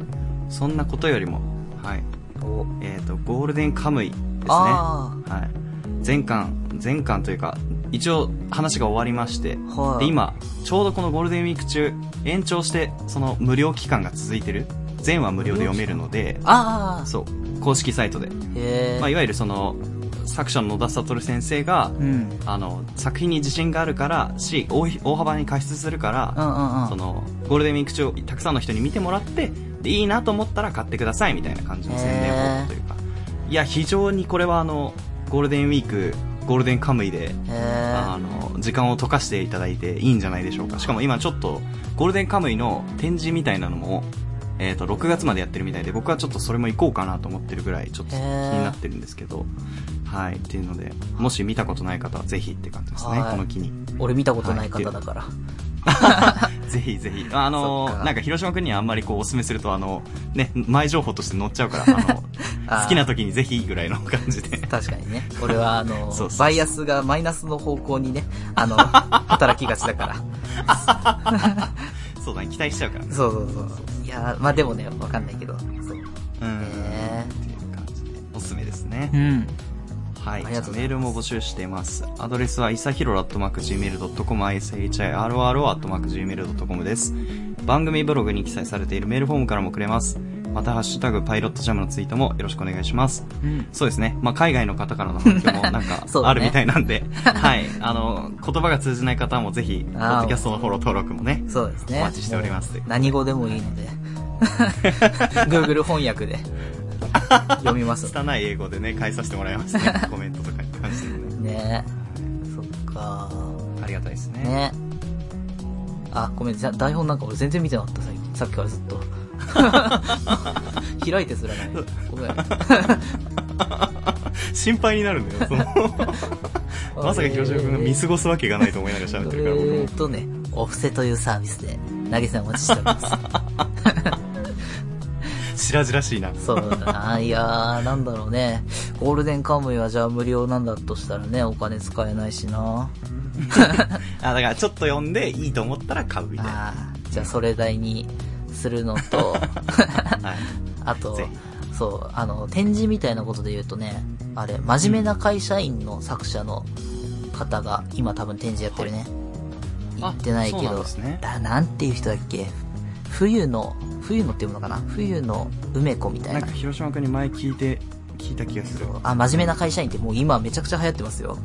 [SPEAKER 1] そんなことよりも、はい、
[SPEAKER 2] お
[SPEAKER 1] えっ、と、ゴールデンカムイですね。は
[SPEAKER 2] あ
[SPEAKER 1] い。前巻、前巻というか、一応話が終わりまして、
[SPEAKER 2] あ、は
[SPEAKER 1] で、
[SPEAKER 2] い。
[SPEAKER 1] 今、ちょうどこのゴールデンウィーク中、延長して、その無料期間が続いてる。全話無料で読めるので、
[SPEAKER 2] ああ、
[SPEAKER 1] そう、公式サイトで
[SPEAKER 2] へえ。
[SPEAKER 1] まあ、いわゆるその作者の野田悟先生が、
[SPEAKER 2] うん。うんうん
[SPEAKER 1] あの作品に自信があるからし大大幅に過失するから、
[SPEAKER 2] うん。
[SPEAKER 1] そのゴールデンウィーク中たくさんの人に見てもらってでいいなと思ったら買ってくださいみたいな感じの宣伝方法というか、いや非常にこれはあのゴールデンウィークゴールデンカムイで、
[SPEAKER 2] へ
[SPEAKER 1] あ
[SPEAKER 2] え。
[SPEAKER 1] の時間を溶かしていただいていいんじゃないでしょうかしかも今ちょっとゴールデンカムイの展示みたいなのもえー、と6月までやってるみたいで僕はちょっとそれも行こうかなと思ってるぐらいちょっと気
[SPEAKER 2] へ
[SPEAKER 1] に
[SPEAKER 2] ー
[SPEAKER 1] なってるんですけど、はいっていうのでもし見たことない方はぜひって感じですね
[SPEAKER 2] はい
[SPEAKER 1] この機に
[SPEAKER 2] 俺見たことない方だから。
[SPEAKER 1] ぜひぜひあの
[SPEAKER 2] そっか
[SPEAKER 1] なんか広島君にはあんまりこうお勧めするとあのね前情報として載っちゃう からあの
[SPEAKER 2] あー
[SPEAKER 1] 好きな時にぜひぐらいの感じで
[SPEAKER 2] 確かにね。俺は、あ
[SPEAKER 1] そう
[SPEAKER 2] の
[SPEAKER 1] そうそう、
[SPEAKER 2] バイアスがマイナスの方向にね、あの、働きがちだから。
[SPEAKER 1] そうだね期待しちゃうからね
[SPEAKER 2] そうそうそう。いやーまあでもね、わかんないけど。そう。
[SPEAKER 1] うん
[SPEAKER 2] へ
[SPEAKER 1] っていう感じでおすすめですね
[SPEAKER 2] え。うん。
[SPEAKER 1] はい。
[SPEAKER 2] ありがとうございます
[SPEAKER 1] メールも募集しています。アドレスは、いさひろらっとまく gmail.com、ishiro っとまく gmail.com です。番組ブログに記載されているメールフォームからもくれます。また、ハッシュタグ、パイロットジャムのツイートもよろしくお願いします。
[SPEAKER 2] うん。
[SPEAKER 1] そうですね。まあ、海外の方からの反響 もなんか
[SPEAKER 2] そうだね
[SPEAKER 1] あるみたいなん で、はい。あの、言葉が通じない方もぜひ、ポッドキャストのフォロー登録もね、
[SPEAKER 2] そうですね。
[SPEAKER 1] お待ちしております
[SPEAKER 2] もう何語でもいいので。Google 翻訳で読みます。
[SPEAKER 1] 拙い英語でね、返させてもらいますね。 コメントとかに関してもね。
[SPEAKER 2] ね そっか
[SPEAKER 1] ありがたいですね。
[SPEAKER 2] ねあ、ごめん、じゃ台本なんか俺全然見てなかった、最近。さっきからずっと。 開いてすらない。ごめん。
[SPEAKER 1] 心配になるんだよ、その。まさか広島君が見過ごすわけがないと思いながら
[SPEAKER 2] え
[SPEAKER 1] 喋ってるから僕も
[SPEAKER 2] ー。とね、お布施というサービスで、投げ銭お待ちしております。
[SPEAKER 1] 白々しいな。
[SPEAKER 2] そうだな。 いやー、なんだろうね。ゴールデンカムイはじゃあ無料なんだとしたらね、お金使えないしな。
[SPEAKER 1] あ、だからちょっと読んでいいと思ったら買うみたいな。
[SPEAKER 2] あーじゃあそれ代にするの と、
[SPEAKER 1] はい。
[SPEAKER 2] あと
[SPEAKER 1] ぜ、
[SPEAKER 2] そう、あの、展示みたいなことで言うとね、あれ、真面目な会社員の作者の方が、今多分展示やってるね。行ってない
[SPEAKER 1] そ
[SPEAKER 2] け
[SPEAKER 1] うなん
[SPEAKER 2] ど
[SPEAKER 1] です、ね。
[SPEAKER 2] だなんていう人だっけ冬の、冬のって読むのかな冬の梅子みた
[SPEAKER 1] ないん
[SPEAKER 2] な
[SPEAKER 1] か。広島君に前聞いて、聞いた気がする。
[SPEAKER 2] あ、真面目な会社員ってもう今めちゃくちゃ流行ってますよ。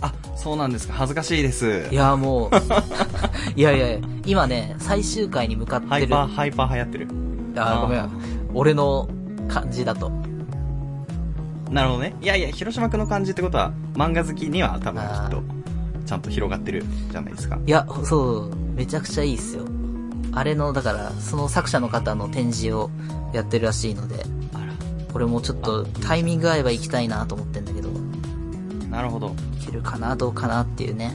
[SPEAKER 1] あ、そうなんですか。恥ずかしいです
[SPEAKER 2] い。やーもう、 いやいやいや、今ね、最終回に向かってる。
[SPEAKER 1] ハイパー、ハイパー流行ってる。
[SPEAKER 2] あーごめ
[SPEAKER 1] あ
[SPEAKER 2] ん。俺の感じだと。
[SPEAKER 1] なるほどね。いやいや、広島君の感じってことは、漫画好きには多分きっ
[SPEAKER 2] あ
[SPEAKER 1] と、ちゃんと広がってるじゃないですか。
[SPEAKER 2] いや、そう、めちゃくちゃいいっすよ。あれの、だから、その作者の方の展示をやってるらしいので、
[SPEAKER 1] あ
[SPEAKER 2] 俺もちょっとタイミング合えば行きたいなと思ってんだけど、行
[SPEAKER 1] ら、なるほど。
[SPEAKER 2] けるかな、どうかなっていうね、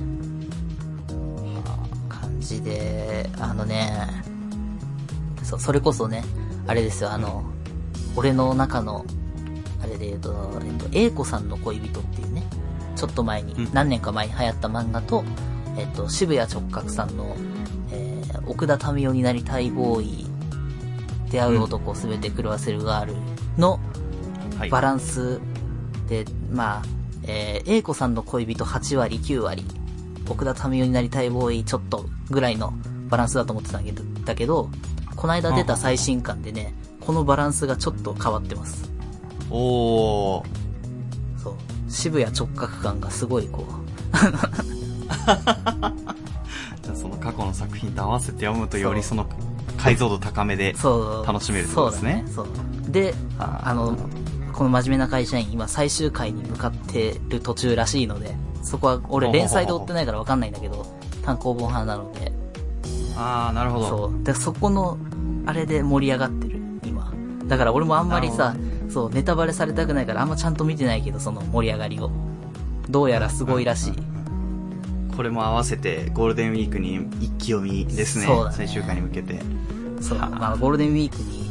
[SPEAKER 2] 感じで、あのね、そう、それこそね、あれですよ、あの、俺の中の、あれで言うと、えっと、英子さんの恋人っていうね、ちょっと前に、
[SPEAKER 1] うん
[SPEAKER 2] 何年か前に流行った漫画と、えっと、渋谷直角さんの、えー、奥田民生になりたいボーイ、出会う男すべて狂わせるガールの
[SPEAKER 1] はい。
[SPEAKER 2] バランスで、まあ、えー、英子さんの恋人8割、9割、奥田民生になりたいボーイちょっとぐらいのバランスだと思ってたんだけど、この間出た最新刊でね、このバランスがちょっと変わってます。
[SPEAKER 1] おー。
[SPEAKER 2] そう。渋谷直角感がすごいこう、
[SPEAKER 1] じゃあその過去の作品と合わせて読むとより
[SPEAKER 2] そ
[SPEAKER 1] その解像度高めで。
[SPEAKER 2] そう。
[SPEAKER 1] 楽しめるってことですね
[SPEAKER 2] そうだね。そう。で、
[SPEAKER 1] あー
[SPEAKER 2] あの、この真面目な会社員、今最終回に向かってる途中らしいので、そこは俺連載で追ってないからわかんないんだけど、単行本派なので、
[SPEAKER 1] あー、なるほど。
[SPEAKER 2] そう。で、そこの、あれで盛り上がってる、今。だから俺もあんまり
[SPEAKER 1] な
[SPEAKER 2] さ、そう、ネタバレされたくないからあんまちゃんと見てないけど、その盛り上がりを。どうやらすごいらしい。
[SPEAKER 1] これも合わせてゴールデンウィークに一気読みですね。
[SPEAKER 2] そうだね
[SPEAKER 1] 最終回に向けて。
[SPEAKER 2] そう。まあ、ゴールデンウィークに、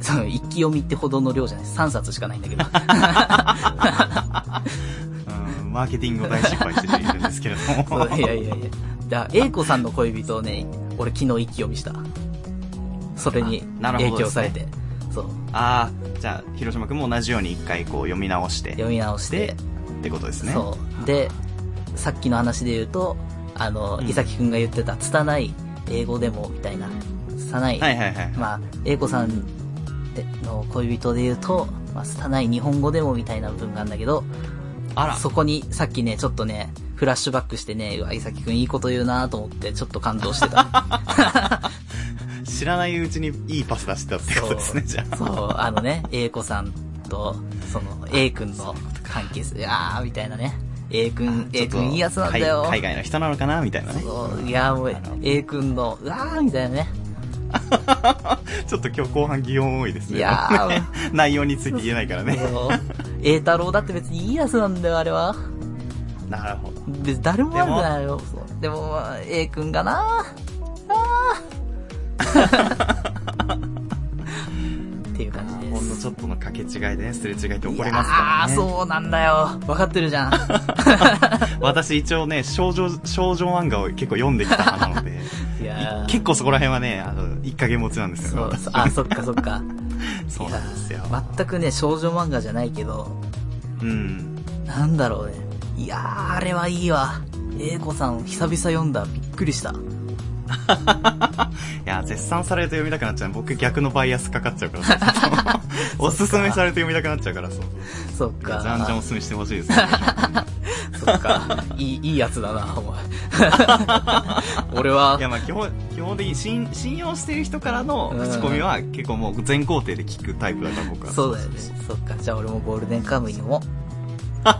[SPEAKER 2] その、一気読みってほどの量じゃない。3冊しかないんだ けど。
[SPEAKER 1] うん、マーケティングを大失敗しているんですけれど
[SPEAKER 2] そ
[SPEAKER 1] も。
[SPEAKER 2] ういやいやいや。だ英子さんの恋人をね、俺昨日一気読みした。それに
[SPEAKER 1] あなる
[SPEAKER 2] 影
[SPEAKER 1] ほど
[SPEAKER 2] 響
[SPEAKER 1] ですね
[SPEAKER 2] されて。そう。
[SPEAKER 1] ああ、じゃあ、広島くんも同じように一回こう読み直して、
[SPEAKER 2] 読み直して。
[SPEAKER 1] ってことですね。
[SPEAKER 2] そう。で、さっきの話で言うと、あの、
[SPEAKER 1] うん
[SPEAKER 2] 伊崎くんが言ってた、拙い英語でも、みたいな。拙い。
[SPEAKER 1] はいはいはい。
[SPEAKER 2] まあ、英子さんでの恋人で言うと、まあ、拙い日本語でもみたいな部分があるんだけど、
[SPEAKER 1] あら、
[SPEAKER 2] そこにさっきね、ちょっとね、フラッシュバックしてね、うわ、伊崎くんいいこと言うなと思って、ちょっと感動し てた。
[SPEAKER 1] 知らないうちにいいパス出してたってことですね、じゃあ。
[SPEAKER 2] そう、あのね、英子さんと、その、英くんの関係性、あー、みたいなね。英くん、
[SPEAKER 1] ちょ
[SPEAKER 2] 英
[SPEAKER 1] っ
[SPEAKER 2] く
[SPEAKER 1] と
[SPEAKER 2] んいいやつなんだよ。
[SPEAKER 1] 海海外の人なのかなみたいなね。
[SPEAKER 2] そういや、もう、A 君の、うわーみたいなね。
[SPEAKER 1] ちょっと今日後半疑問多いですね。
[SPEAKER 2] いや
[SPEAKER 1] 内容について言えないからね。
[SPEAKER 2] そう A 太郎だって別にいいやつなんだよ、あれは。
[SPEAKER 1] なるほど。
[SPEAKER 2] 別に誰も悪くないよ。そうでも、まあ A 君がなあ ーっていう感じで
[SPEAKER 1] ほん
[SPEAKER 2] す。
[SPEAKER 1] のちょっとの掛け違いでね、すれ違いって起こりますか
[SPEAKER 2] あ
[SPEAKER 1] ら
[SPEAKER 2] あ
[SPEAKER 1] ね。
[SPEAKER 2] そうなんだよ。分かってるじゃん。
[SPEAKER 1] 私一応ね、少女、少女漫画を結構読んできた派なので、
[SPEAKER 2] いやー
[SPEAKER 1] 結構そこら辺はね、あの、一影持ちなんです
[SPEAKER 2] そ
[SPEAKER 1] よ
[SPEAKER 2] う
[SPEAKER 1] ね。
[SPEAKER 2] そう、あ、そっかそっか。
[SPEAKER 1] そうなんですよ
[SPEAKER 2] い。や全くね、少女漫画じゃないけど、
[SPEAKER 1] うん。
[SPEAKER 2] なんだろうね。いやー、あれはいいわ。英子さん、久々読んだ。びっくりした。
[SPEAKER 1] いや、絶賛されると読みたくなっちゃう。僕逆のバイアスかかっちゃうからさ おすすめされて読みたくなっちゃうから、そう。
[SPEAKER 2] そっ
[SPEAKER 1] じ
[SPEAKER 2] か。
[SPEAKER 1] ゃんじゃんおすすめしてほしいですね。、
[SPEAKER 2] そっか。 いい、いいやつだな、お前。 俺はい
[SPEAKER 1] や、まあ基本、基本的に信信用してる人からの
[SPEAKER 2] うん
[SPEAKER 1] 口コミは結構もう全工程で聞くタイプだから僕は。
[SPEAKER 2] そうだよね。そっか。じゃあ俺もゴールデンカムイ読もう。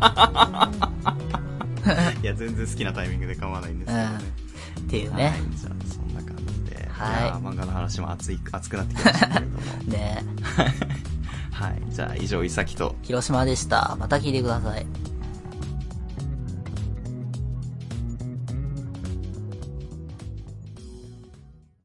[SPEAKER 1] いや、全然好きなタイミングで構わないんですけどね。
[SPEAKER 2] っていう
[SPEAKER 1] はい
[SPEAKER 2] ね。、
[SPEAKER 1] じゃあそんな感じで。
[SPEAKER 2] はい
[SPEAKER 1] いや漫画の話も熱い、熱くなってきましたけれど も。
[SPEAKER 2] ね
[SPEAKER 1] はい。じゃあ以上、いさきと
[SPEAKER 2] 広島でした。また聞いてください。